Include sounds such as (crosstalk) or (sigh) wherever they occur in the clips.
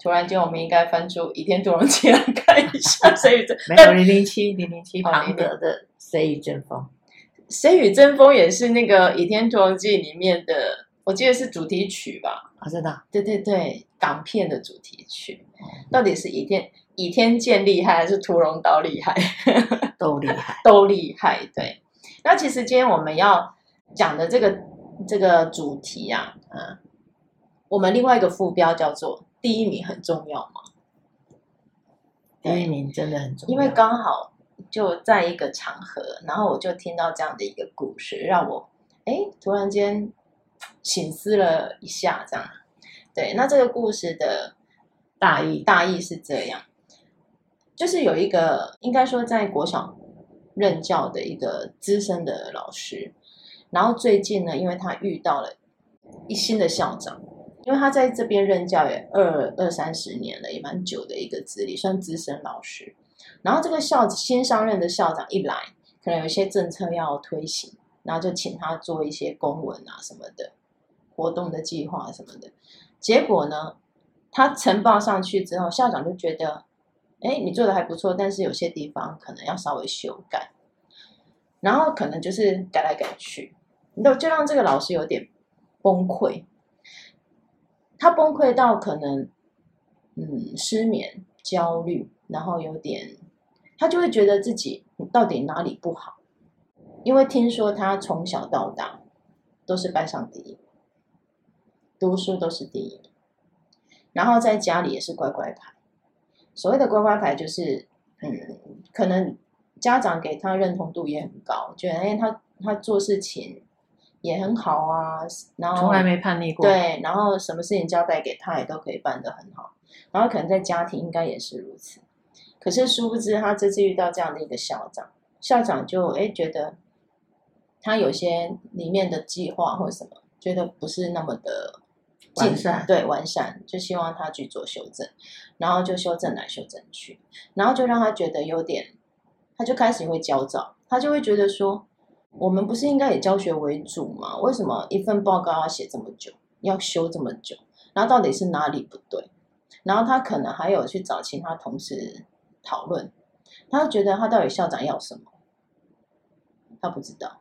突然间，我们应该翻出《倚天屠龙记》来看一 (laughs) 下谁与争没有但零零七零零七哦庞德的《E 谁与争锋》。谁与争锋也是那个《倚天屠龙记》里面的，我记得是主题曲吧？啊，真的啊对对对，港片的主题曲哦。到底是倚天倚天剑厉害，还是屠龙刀厉害？都厉害。都厉害。对，那其实今天我们要讲的这个这个主题啊，嗯、我们另外一个副标叫做“第一名很重要嘛”，第一名真的很重要，因为刚好就在一个场合，然后我就听到这样的一个故事，让我哎突然间醒思了一下，这样。对，那这个故事的大意大意是这样，就是有一个应该说在国小任教的一个资深的老师，然后最近呢，因为他遇到了一新的校长，因为他在这边任教也二二三十年了，也蛮久的一个资历，算资深老师。然后这个校新上任的校长一来，可能有一些政策要推行，然后就请他做一些公文啊什么的，活动的计划什么的。结果呢，他呈报上去之后，校长就觉得，哎，你做的还不错，但是有些地方可能要稍微修改，然后可能就是改来改去，那就让这个老师有点崩溃。他崩溃到可能，嗯，失眠、焦虑，然后有点，他就会觉得自己到底哪里不好，因为听说他从小到大都是班上第一，读书都是第一名。然后在家里也是乖乖牌。所谓的乖乖牌就是，嗯，可能家长给他认同度也很高，觉得哎他他做事情也很好啊，然后从来没叛逆过，，对，然后什么事情交代给他也都可以办得很好，然后可能在家庭应该也是如此。可是殊不知，他这次遇到这样的一个校长，校长就哎觉得他有些里面的计划或什么，觉得不是那么的完尽善对完善，就希望他去做修正，然后就修正来修正去，然后就让他觉得有点，他就开始会焦躁，他就会觉得说，我们不是应该以教学为主吗？为什么一份报告要写这么久，要修这么久？然后到底是哪里不对？然后他可能还有去找其他同事讨论，他就觉得他到底校长要什么，他不知道。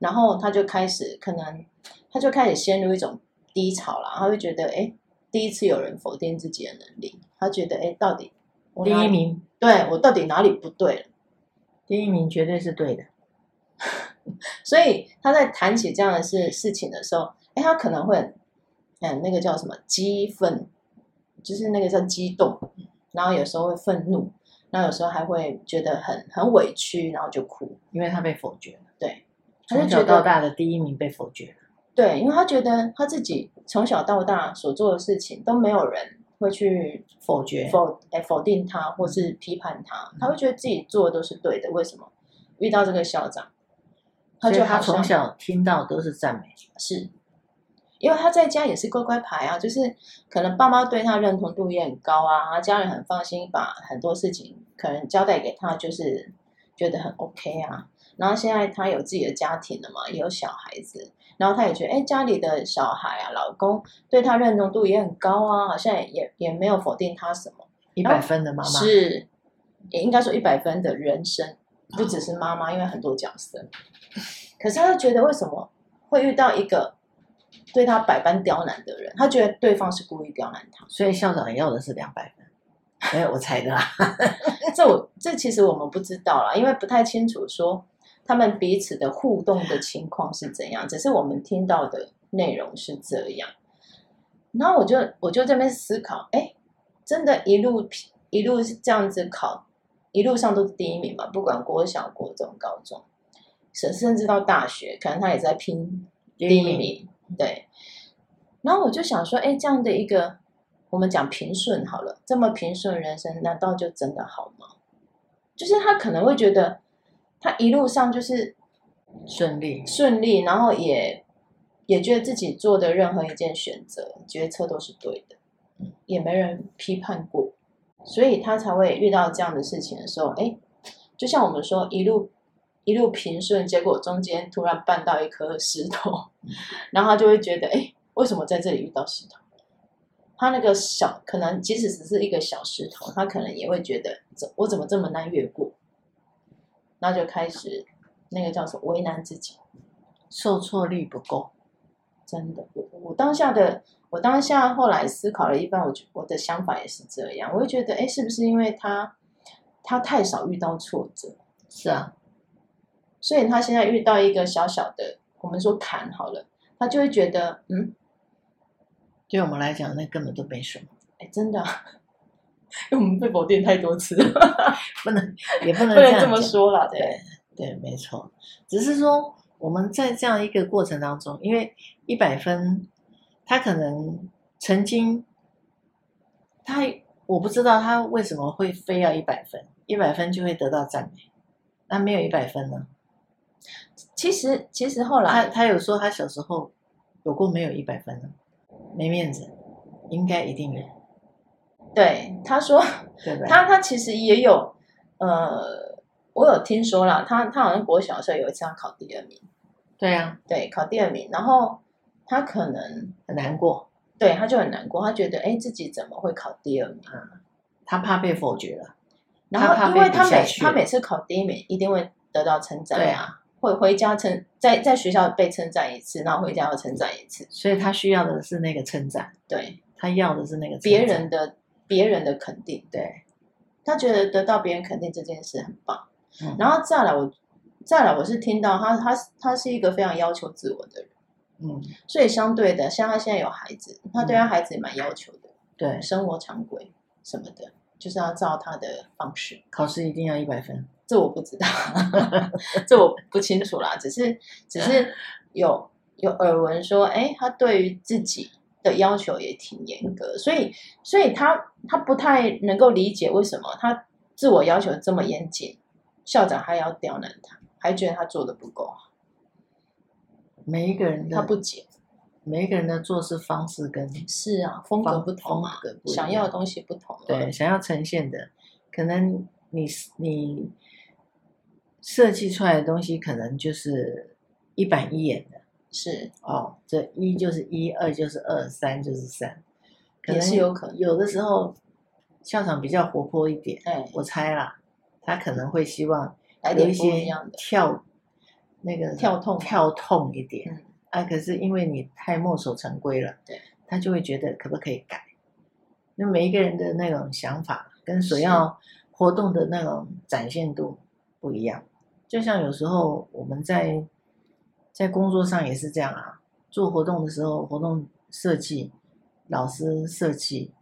然后他就开始可能，他就开始陷入一种低潮啦，他会觉得，哎，第一次有人否定自己的能力，他觉得，哎，到底我第哪一里，名，对我到底哪里不对了？第一名绝对是对的，所以他在谈起这样的事事情的时候，哎，他可能会很，嗯，那个叫什么激愤，就是那个叫激动，然后有时候会愤怒，然后有时候还会觉得很很委屈，然后就哭。因为他被否决了，他就从觉小得到大的第一名被否决了，对，因为他觉得他自己从小到大所做的事情都没有人会去否决，否哎否定他或是批判嗯他，他会觉得自己做的都是对的。为什么遇到这个校长，他所以就他好像从小听到都是赞美，是，因为他在家也是乖乖牌啊，就是可能爸妈对他认同度也很高啊，家人很放心，把很多事情可能交代给他，就是觉得很 OK 啊。然后现在他有自己的家庭了嘛，也有小孩子，然后他也觉得，哎，家里的小孩啊，老公对他认同度也很高啊，好像也也没有否定他什么，一然百后分的妈妈，是，也应该说一百分的人生，不只是妈妈，因为很多角色。可是他就觉得为什么会遇到一个对他百般刁难的人？他觉得对方是故意刁难他。所以校长要的是两百分，没有我猜的啊啦，这我这其实我们不知道啦，因为不太清楚说他们彼此的互动的情况是怎样，只是我们听到的内容是这样。然后我就我就这边思考，哎，真的，一路一路是这样子考，一路上都是第一名嘛，不管国小、国中、高中，甚甚至到大学，可能他也在拼第第一一名名，对。然后我就想说，哎，这样的一个我们讲平顺好了，这么平顺的人生，难道就真的好吗？就是他可能会觉得他一路上就是 (laughs) 顺利，顺利，然后也也觉得自己做的任何一件选择决策都是对的，也没人批判过，所以他才会遇到这样的事情的时候，哎，就像我们说一路一路平顺，结果中间突然绊到一颗石头，然后他就会觉得，哎，为什么在这里遇到石头？他那个小可能即使只是一个小石头，他可能也会觉得怎我怎么这么难越过，那就开始那个叫什么为难自己。受挫力不够。真的，我我当下的我当下后来思考了一番，我就我的想法也是这样，我会觉得，哎，是不是因为他他太少遇到挫折，是啊，所以他现在遇到一个小小的我们说坎好了，他就会觉得，嗯，对我们来讲，那根本都没什么，哎，真的啊、 (laughs) 因为我们被否定太多次了， (laughs) 不能也不能不嗯这能样这么讲说啦，对，对对，没错，只是说我们在这样一个过程当中，因为一百分，他可能曾经，他我不知道他为什么会非要一百分，一百分就会得到赞美，那没有一百分呢？其实其实后他来他有说他小时候有过没有一百分呢？没面子，应该一定有，对他说。对不对？他他其实也有，呃，我有听说啦，他他好像国小的时候有一次要考第二名，对啊，对，考第二名，然后他可能很难过，对他就很难过，他觉得哎自己怎么会考第二名？啊他怕被否决了，然后他怕因为被比他下每去他每次考第一名一定会得到称赞，对，啊，会回家称在在学校被称赞一次，然后回家要称赞一次，所以他需要的是那个称赞，对，他要的是那个称别赞人的别人的肯定，对。他觉得得到别人肯定这件事很棒。嗯然后再来我再来我是听到他他他是一个非常要求自我的人。嗯，所以相对的，像他现在有孩子，他对他孩子也蛮要求的，对，生活常规什么的，就是要照他的方式。考试一定要一百分。这我不知道， (laughs) 这我不清楚啦。只是只是有有耳闻说，哎，他对于自己的要求也挺严格，所以所以他他不太能够理解为什么他自我要求这么严谨，校长还要刁难他，还觉得他做的不够好，每一个人的他不解。每一个人的做事方式跟是啊，风格方不同嘛风格，不一样想要的东西不同嘛。对想要呈现的，可能你你设计出来的东西可能就是一板一眼的是哦，这一就是一，二就是二，三就是三，可也能是有可能有的时候校长比较活泼一点，哎，我猜啦，他可能会希望来有点一不些一样的。跳那个跳痛嘛跳痛一点。嗯，啊，可是因为你太墨守成规了，对，他就会觉得可不可以改？那每一个人的那种想法跟所要活动的那种展现度不一样。就像有时候我们在在工作上也是这样啊，做活动的时候，活动设计老师设计，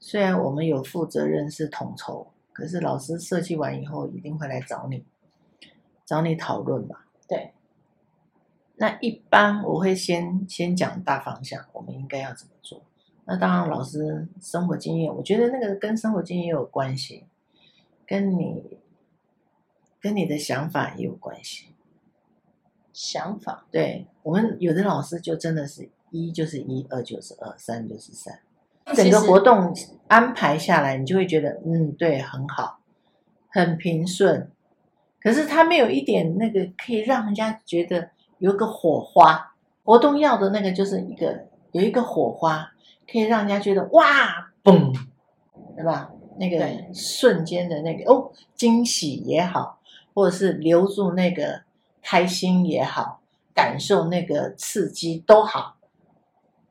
虽然我们有负责任是统筹，可是老师设计完以后一定会来找你，找你讨论嘛。对，那一般我会先先讲大方向，我们应该要怎么做。那当然，老师生活经验，我觉得那个跟生活经验有关系，跟你跟你的想法也有关系。想法对我们有的老师就真的是一就是一，二就是二，三就是三，其整个实活动安排下来，你就会觉得嗯，对，很好，很平顺。可是他没有一点那个可以让人家觉得有一个火花，活动要的那个就是一个有一个火花，可以让人家觉得哇，嘣，对吧？那对个瞬间的那个哦，惊喜也好，或者是留住那个开心也好，感受那个刺激都好。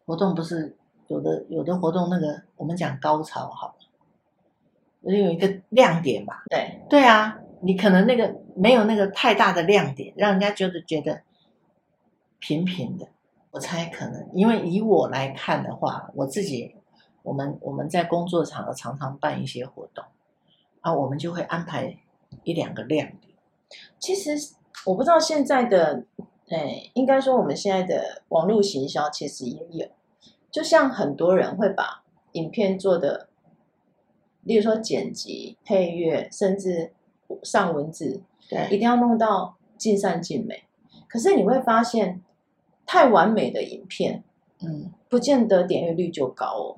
活动不是有的有的活动那个我们讲高潮好了，有一个亮点吧？对对啊，你可能那个没有那个太大的亮点，让人家觉得觉得平平的。我猜可能，因为以我来看的话，我自己我们我们在工作场合常常办一些活动啊，我们就会安排一两个亮点。其实我不知道现在的，哎，应该说我们现在的网络行销其实也有，就像很多人会把影片做的，例如说剪辑、配乐，甚至上文字，一对，定要弄到尽善尽美。可是你会发现，太完美的影片嗯，不见得点阅率就高哦。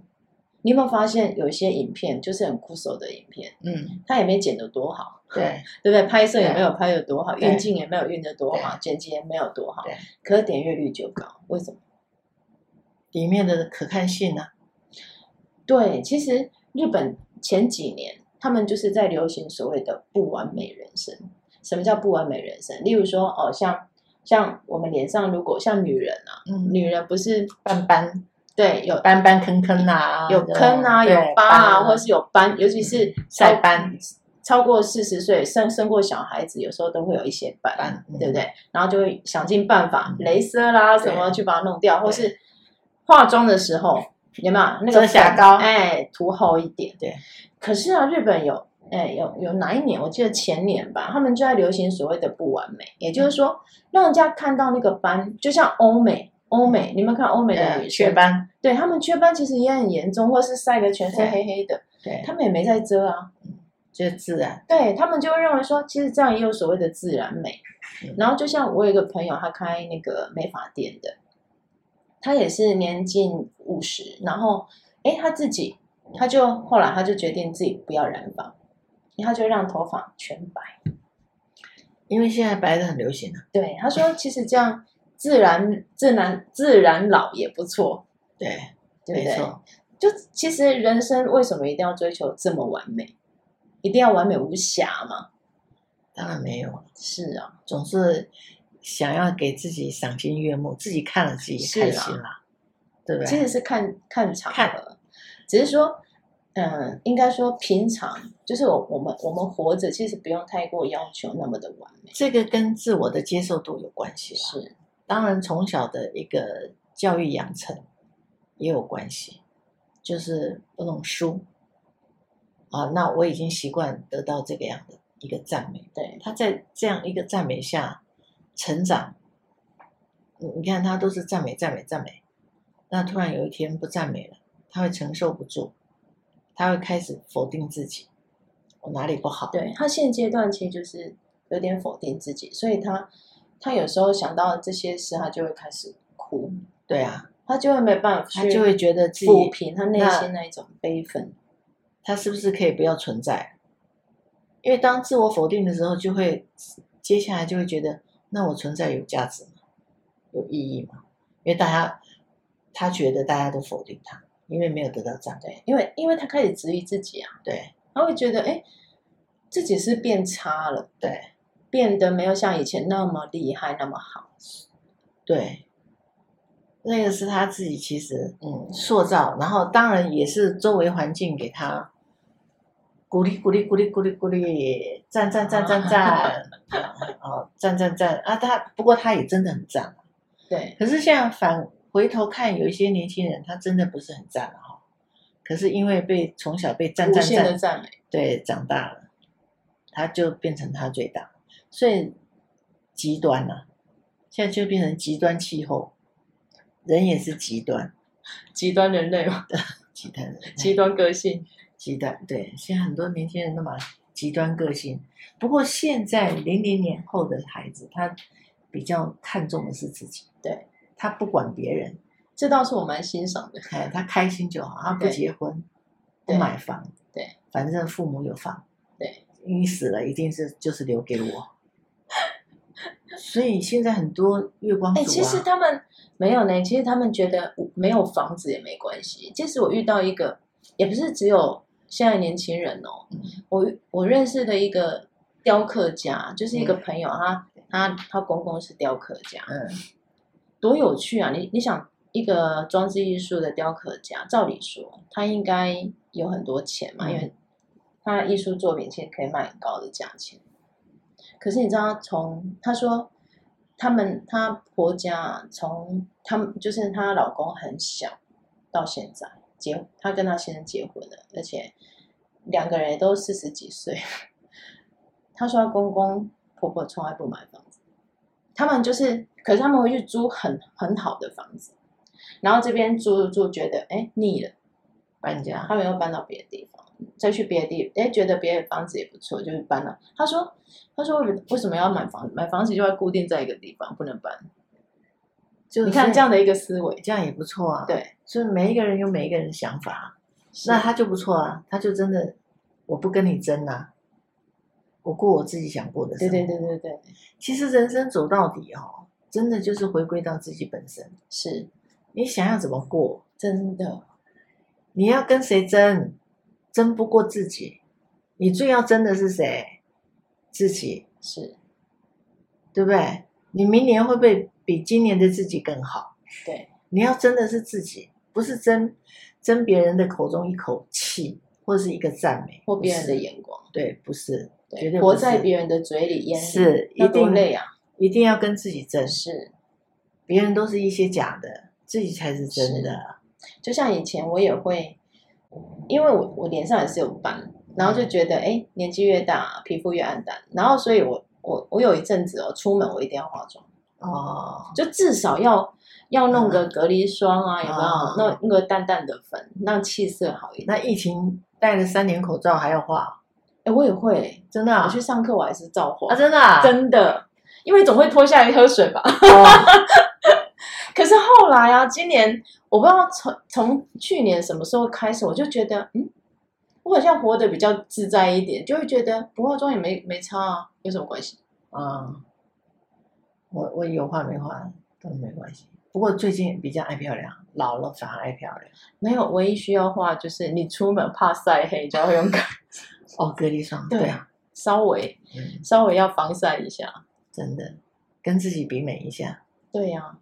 你有没有发现有一些影片就是很枯手的影片，嗯，它也没剪得多好，对，对不对？拍摄也没有拍得多好，对运镜也没有运得多好，剪辑也没有多好对，可是点阅率就高，为什么？里面的可看性啊，对，其实日本前几年他们就是在流行所谓的不完美人生。什么叫不完美人生？例如说，哦，像像我们脸上如果像女人啊，嗯，女人不是斑斑对有斑斑坑坑啊，有坑啊，对有疤啊，斑或是有斑，尤其是晒超斑，超过四十岁生生过小孩子，有时候都会有一些斑，斑嗯对不对？然后就会想尽办法，嗯镭射啦什么对去把它弄掉，或是化妆的时候有没有那个遮瑕粉膏哎，涂厚一点。对。可是啊，日本有哎有有哪一年？我记得前年吧，他们就在流行所谓的不完美，也嗯就是说，让人家看到那个斑，就像欧美。欧美，你们看欧美的呃女雀生，斑，对他们雀斑其实也很严重，或是晒得全身对黑黑的，对，他们也没在遮啊。就是自然，对他们就会认为说，其实这样也有所谓的自然美嗯。然后就像我有一个朋友，他开那个美发店的，他也是年近五十，然后诶他自己他就后来他就决定自己不要染发，他就让头发全白。因为现在白的很流行啊，对，他说其实这样自然自然自然老也不错，对，对不没对？错，就其实人生为什么一定要追求这么完美，一定要完美无瑕嘛？当然没有，是啊，总是想要给自己赏心悦目，自己看了自己是开啊心啦，对不其对？实是看看场看合，只是说，嗯，应该说平常就是我我们我们活着，其实不用太过要求那么的完美。这个跟自我的接受度有关系啦，是，当然从小的一个教育养成也有关系，就是不弄输啊。那我已经习惯得到这个样的一个赞美，对，他在这样一个赞美下成长，你你看他都是赞美赞美赞美，那突然有一天不赞美了，他会承受不住，他会开始否定自己，我哪里不好？对他现阶段其实就是有点否定自己，所以他他有时候想到这些事，他就会开始哭，对啊，他就会没办法他去就会觉得自抚己平他内那心那一种悲愤。他是不是可以不要存在？因为当自我否定的时候，就会接下来就会觉得，那我存在有价值吗？有意义吗？因为大家他觉得大家都否定他，因为没有得到赞美。对，因为因为他开始质疑自己啊，对他会觉得哎、诶自己是变差了，对变得没有像以前那么厉害，那么好。对，那个是他自己其实嗯塑造，然后当然也是周围环境给他鼓励鼓励鼓励鼓励鼓励，赞赞赞赞啊赞， (laughs) 哦赞赞赞啊！他不过他也真的很赞。对，可是现在反回头看，有一些年轻人他真的不是很赞了哈，可是因为被从小被赞无赞限的赞，赞美，对，长大了，他就变成他最大，所以极端了、现在就变成极端气候，人也是极端，极端人类嘛，极端人，极端个性。极端，对，现在很多年轻人都蛮极端个性。不过现在零零年后的孩子，他比较看重的是自己，对他不管别人。这倒是我蛮欣赏的。哎，他开心就好，他不对结婚，不对买房，对，反正父母有房，对，你死了一定是就是留给我。 (laughs) 所以现在很多月光族哎、啊，其实他们没有呢，其实他们觉得我没有房子也没关系。即使我遇到一个，也不是只有现在年轻人哦，嗯我我认识的一个雕刻家，就是一个朋友，他他他公公是雕刻家，嗯，多有趣啊！你你想，一个装置艺术的雕刻家，照理说他应该有很多钱嘛，嗯因为他的艺术作品其实可以卖很高的价钱。可是你知道他从他说他们他婆家啊从他们就是她老公很小到现在结，她跟她先生结婚了，而且两个人也都四十几 (laughs) 岁。她说她公公婆婆从来不买房子，他们就是，可是他们会去租很很好的房子，然后这边租住住觉得哎腻了，搬家，他们又搬到别的地方，再去别的地，哎，觉得别的房子也不错，就是搬了。他说，他说为什么要买房子？买房子就要固定在一个地方，不能搬。就你看这样的一个思维，这样也不错啊。，对，所以每一个人有每一个人的想法，那他就不错啊，他就真的，我不跟你争啊，我过我自己想过的生对活。对对对对，其实人生走到底哦，真的就是回归到自己本身，是你想要怎么过，真的，你要跟谁争，争不过自己，你最要争的是谁？自己，是对不对？你明年会不会比今年的自己更好？对，你要争的是自己，不是争争别人的口中一口气或是一个赞美或别人的，不是眼光，对，不是，绝对，对活不在是别人的嘴里眼里，是一那多定累啊！一定要跟自己争，是，别人都是一些假的，自己才是真的。就像以前我也会，因为我我脸上也是有斑，然后嗯就觉得哎、诶年纪越大皮肤越暗淡，然后所以我我我有一阵子哦，出门我一定要化妆，哦，就至少要要弄嗯个隔离霜啊，有没啊有？弄弄个淡淡的粉，让气色好一点。那疫情戴了三年口罩还要画，哎、我也会、真的啊我？去上课我还是照化，啊，真的啊？真的，因为总会脱下来喝水吧。哦可是后来啊，今年我不知道从从去年什么时候开始，我就觉得，嗯，我好像活得比较自在一点，就会觉得不化妆也没没差啊，有什么关系？啊，我我有画没画都没关系。不过最近比较爱漂亮，老了反而爱漂亮。没有，唯一需要化就是你出门怕晒黑，就要用个哦，隔离霜，对对啊，稍微嗯，稍微要防晒一下。真的，跟自己比美一下。对呀、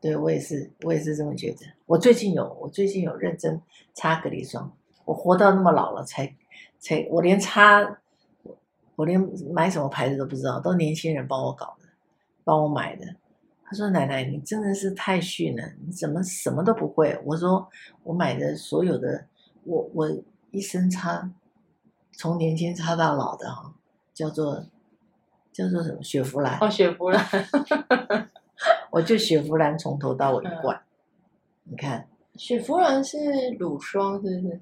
对我也是，我也是这么觉得。我最近有，我最近有认真擦隔离霜。我活到那么老了才才，我连擦，我连买什么牌子都不知道，都年轻人帮我搞的，帮我买的。他说：“奶奶，你真的是太逊了，你怎么什么都不会？”我说：“我买的所有的，我我一生擦，从年轻擦到老的哈、叫做叫做什么雪佛兰。”哦，雪佛兰我就雪佛兰从头到尾嗯灌。你看，雪佛兰是乳霜，是不是？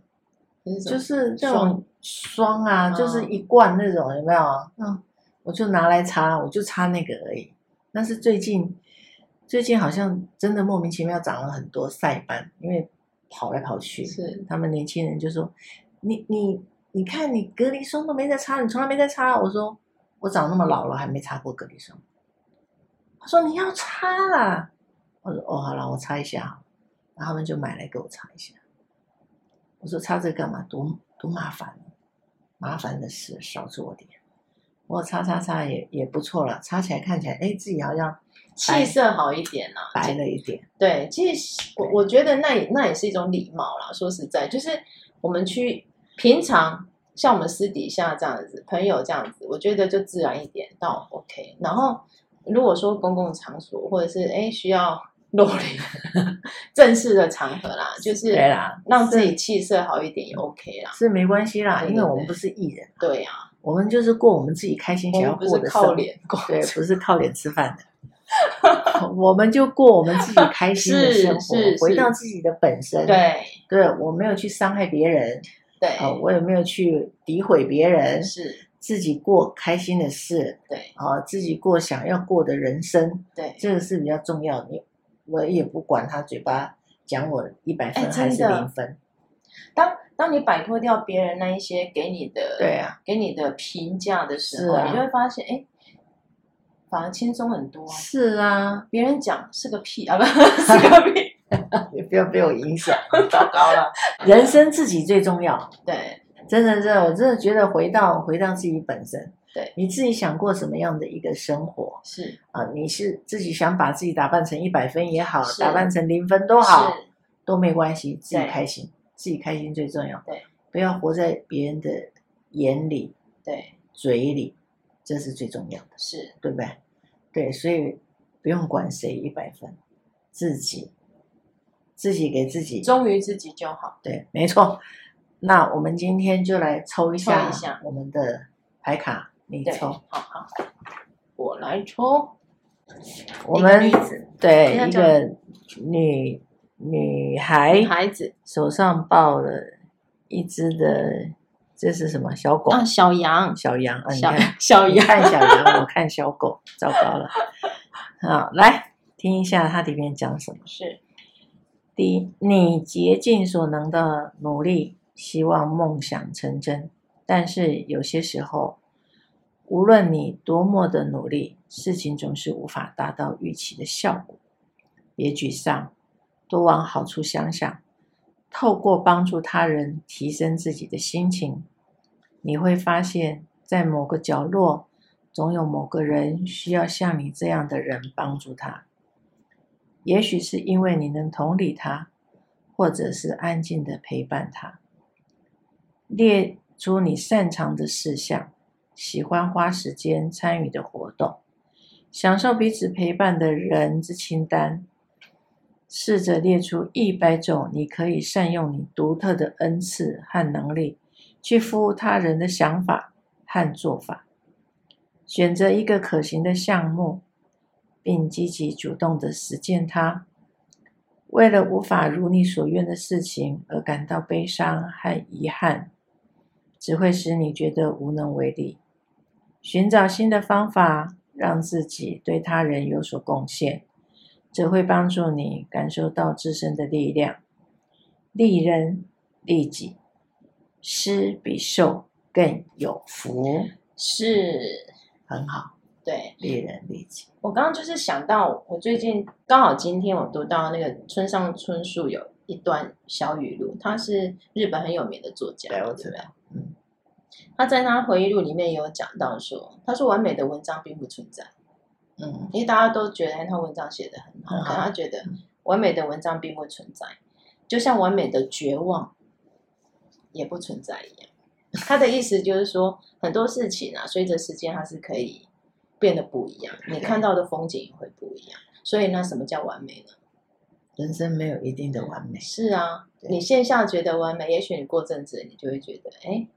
还是什么就是这这种种霜啊，嗯就是一罐那种，有没有？嗯，我就拿来擦，我就擦那个而已。但是最近，最近好像真的莫名其妙长了很多晒斑，因为跑来跑去。是他们年轻人就说：“你你你看，你隔离霜都没在擦，你从来没在擦。”我说：“我长那么老了，还没擦过隔离霜。”他说：“你要擦啦。”我说：“哦，好了，我擦一下好了。”然后他们就买来给我擦一下。我说：“擦这个干嘛？多多麻烦啊，麻烦的事少做点。”我擦擦擦也也不错了，擦起来看起来，哎，自己好像气色好一点啊，白了一点。对，其实我我觉得那也那也是一种礼貌啦。说实在，就是我们去平常像我们私底下这样子，朋友这样子，我觉得就自然一点，倒 OK。然后如果说公共场所或者是哎需要 (laughs) 露 (laughs) 脸正式的场合啦，就是对啊啦，让自己气色好一点也 OK 啦。是没关系啦，对因对为我们对不是艺人。对呀、我们就是过我们自己开心我想要们不过是的生靠活，脸工对，作，不是靠脸吃 (laughs) 饭的，我们就过我们自己开心的是生活是，回是到自己的本身。，对对我没有去伤害别人，对、啊，我也没有去诋毁别人，是，自己过开心的事，对啊，自己过想要过的人生，对。这个是比较重要的。你我也不管他嘴巴讲我一百分哎还是真的零分，当当你摆脱掉别人那一些给你的对啊，给你的评价的时是候，啊你就会发现，哎，反而轻松很多啊。是啊， (laughs) 别人讲是个屁啊，不是个屁，你不要被我影响，糟糕 (laughs) 了。人生自己最重要。对真的，真的，我真的觉得回到回到自己本身，对你自己想过什么样的一个生活是啊、你是自己想把自己打扮成一百分也好，是打扮成零分都好，是都没关系，自己对开心，自己开心最重要。对，不要活在别人的眼里、对嘴里，这是最重要的，是对不对？对，所以不用管谁一百分，自己自己给自己忠于自己就好。对，没错。那我们今天就来抽一下抽一下我们的牌卡，你对，抽好。好，我来抽。我一个们女子对等一一下个女女孩女孩子手上抱了一只的这是什么小狗？啊，小羊，小羊啊，(laughs) 你小看，小你 (laughs) 羊，看小羊，我看小狗，糟糕了。好，来听一下它里面讲什么。是第一，你竭尽所能的努力，希望梦想成真。但是有些时候，无论你多么的努力，事情总是无法达到预期的效果。别沮丧，多往好处想想。透过帮助他人提升自己的心情，你会发现，在某个角落，总有某个人需要像你这样的人帮助他。也许是因为你能同理他，或者是安静的陪伴他。列出你擅长的事项，喜欢花时间参与的活动，享受彼此陪伴的人之清单。试着列出一百种你可以善用你独特的恩赐和能力，去服务他人的想法和做法。选择一个可行的项目，并积极主动的实践它。为了无法如你所愿的事情而感到悲伤和遗憾，只会使你觉得无能为力。寻找新的方法，让自己对他人有所贡献，这会帮助你感受到自身的力量。利人利己，施比受更有福，是，很好，对利人利己。我刚刚就是想到，我最近刚好今天我读到那个村上春树有一段小语录，他是日本很有名的作家，对我不知道嗯，他在他回忆录里面有讲到说，他说完美的文章并不存在，嗯因为大家都觉得他文章写的很好，很好可他觉得完美的文章并不存在，就像完美的绝望也不存在一样。他的意思就是说，很多事情啊，随着时间它是可以变得不一样，你看到的风景也会不一样。所以呢，什么叫完美呢？人生没有一定的完美，是啊，对你线下觉得完美，也许你过阵子你就会觉得，哎，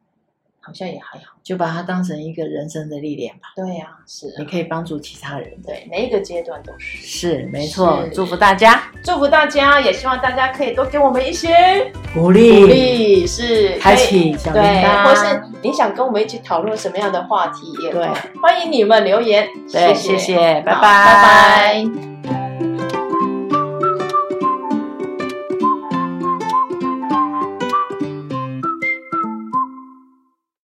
好像也还好。就把它当成一个人生的历练吧。对呀、啊，是你啊，可以帮助其他人的，对，每一个阶段都是。是没错。是祝福大家，祝福大家，也希望大家可以多给我们一些鼓鼓励，励，是开启小可以铃对，铛，或是你想跟我们一起讨论什么样的话题，也对欢迎你们留言。对，谢谢谢，拜好拜拜。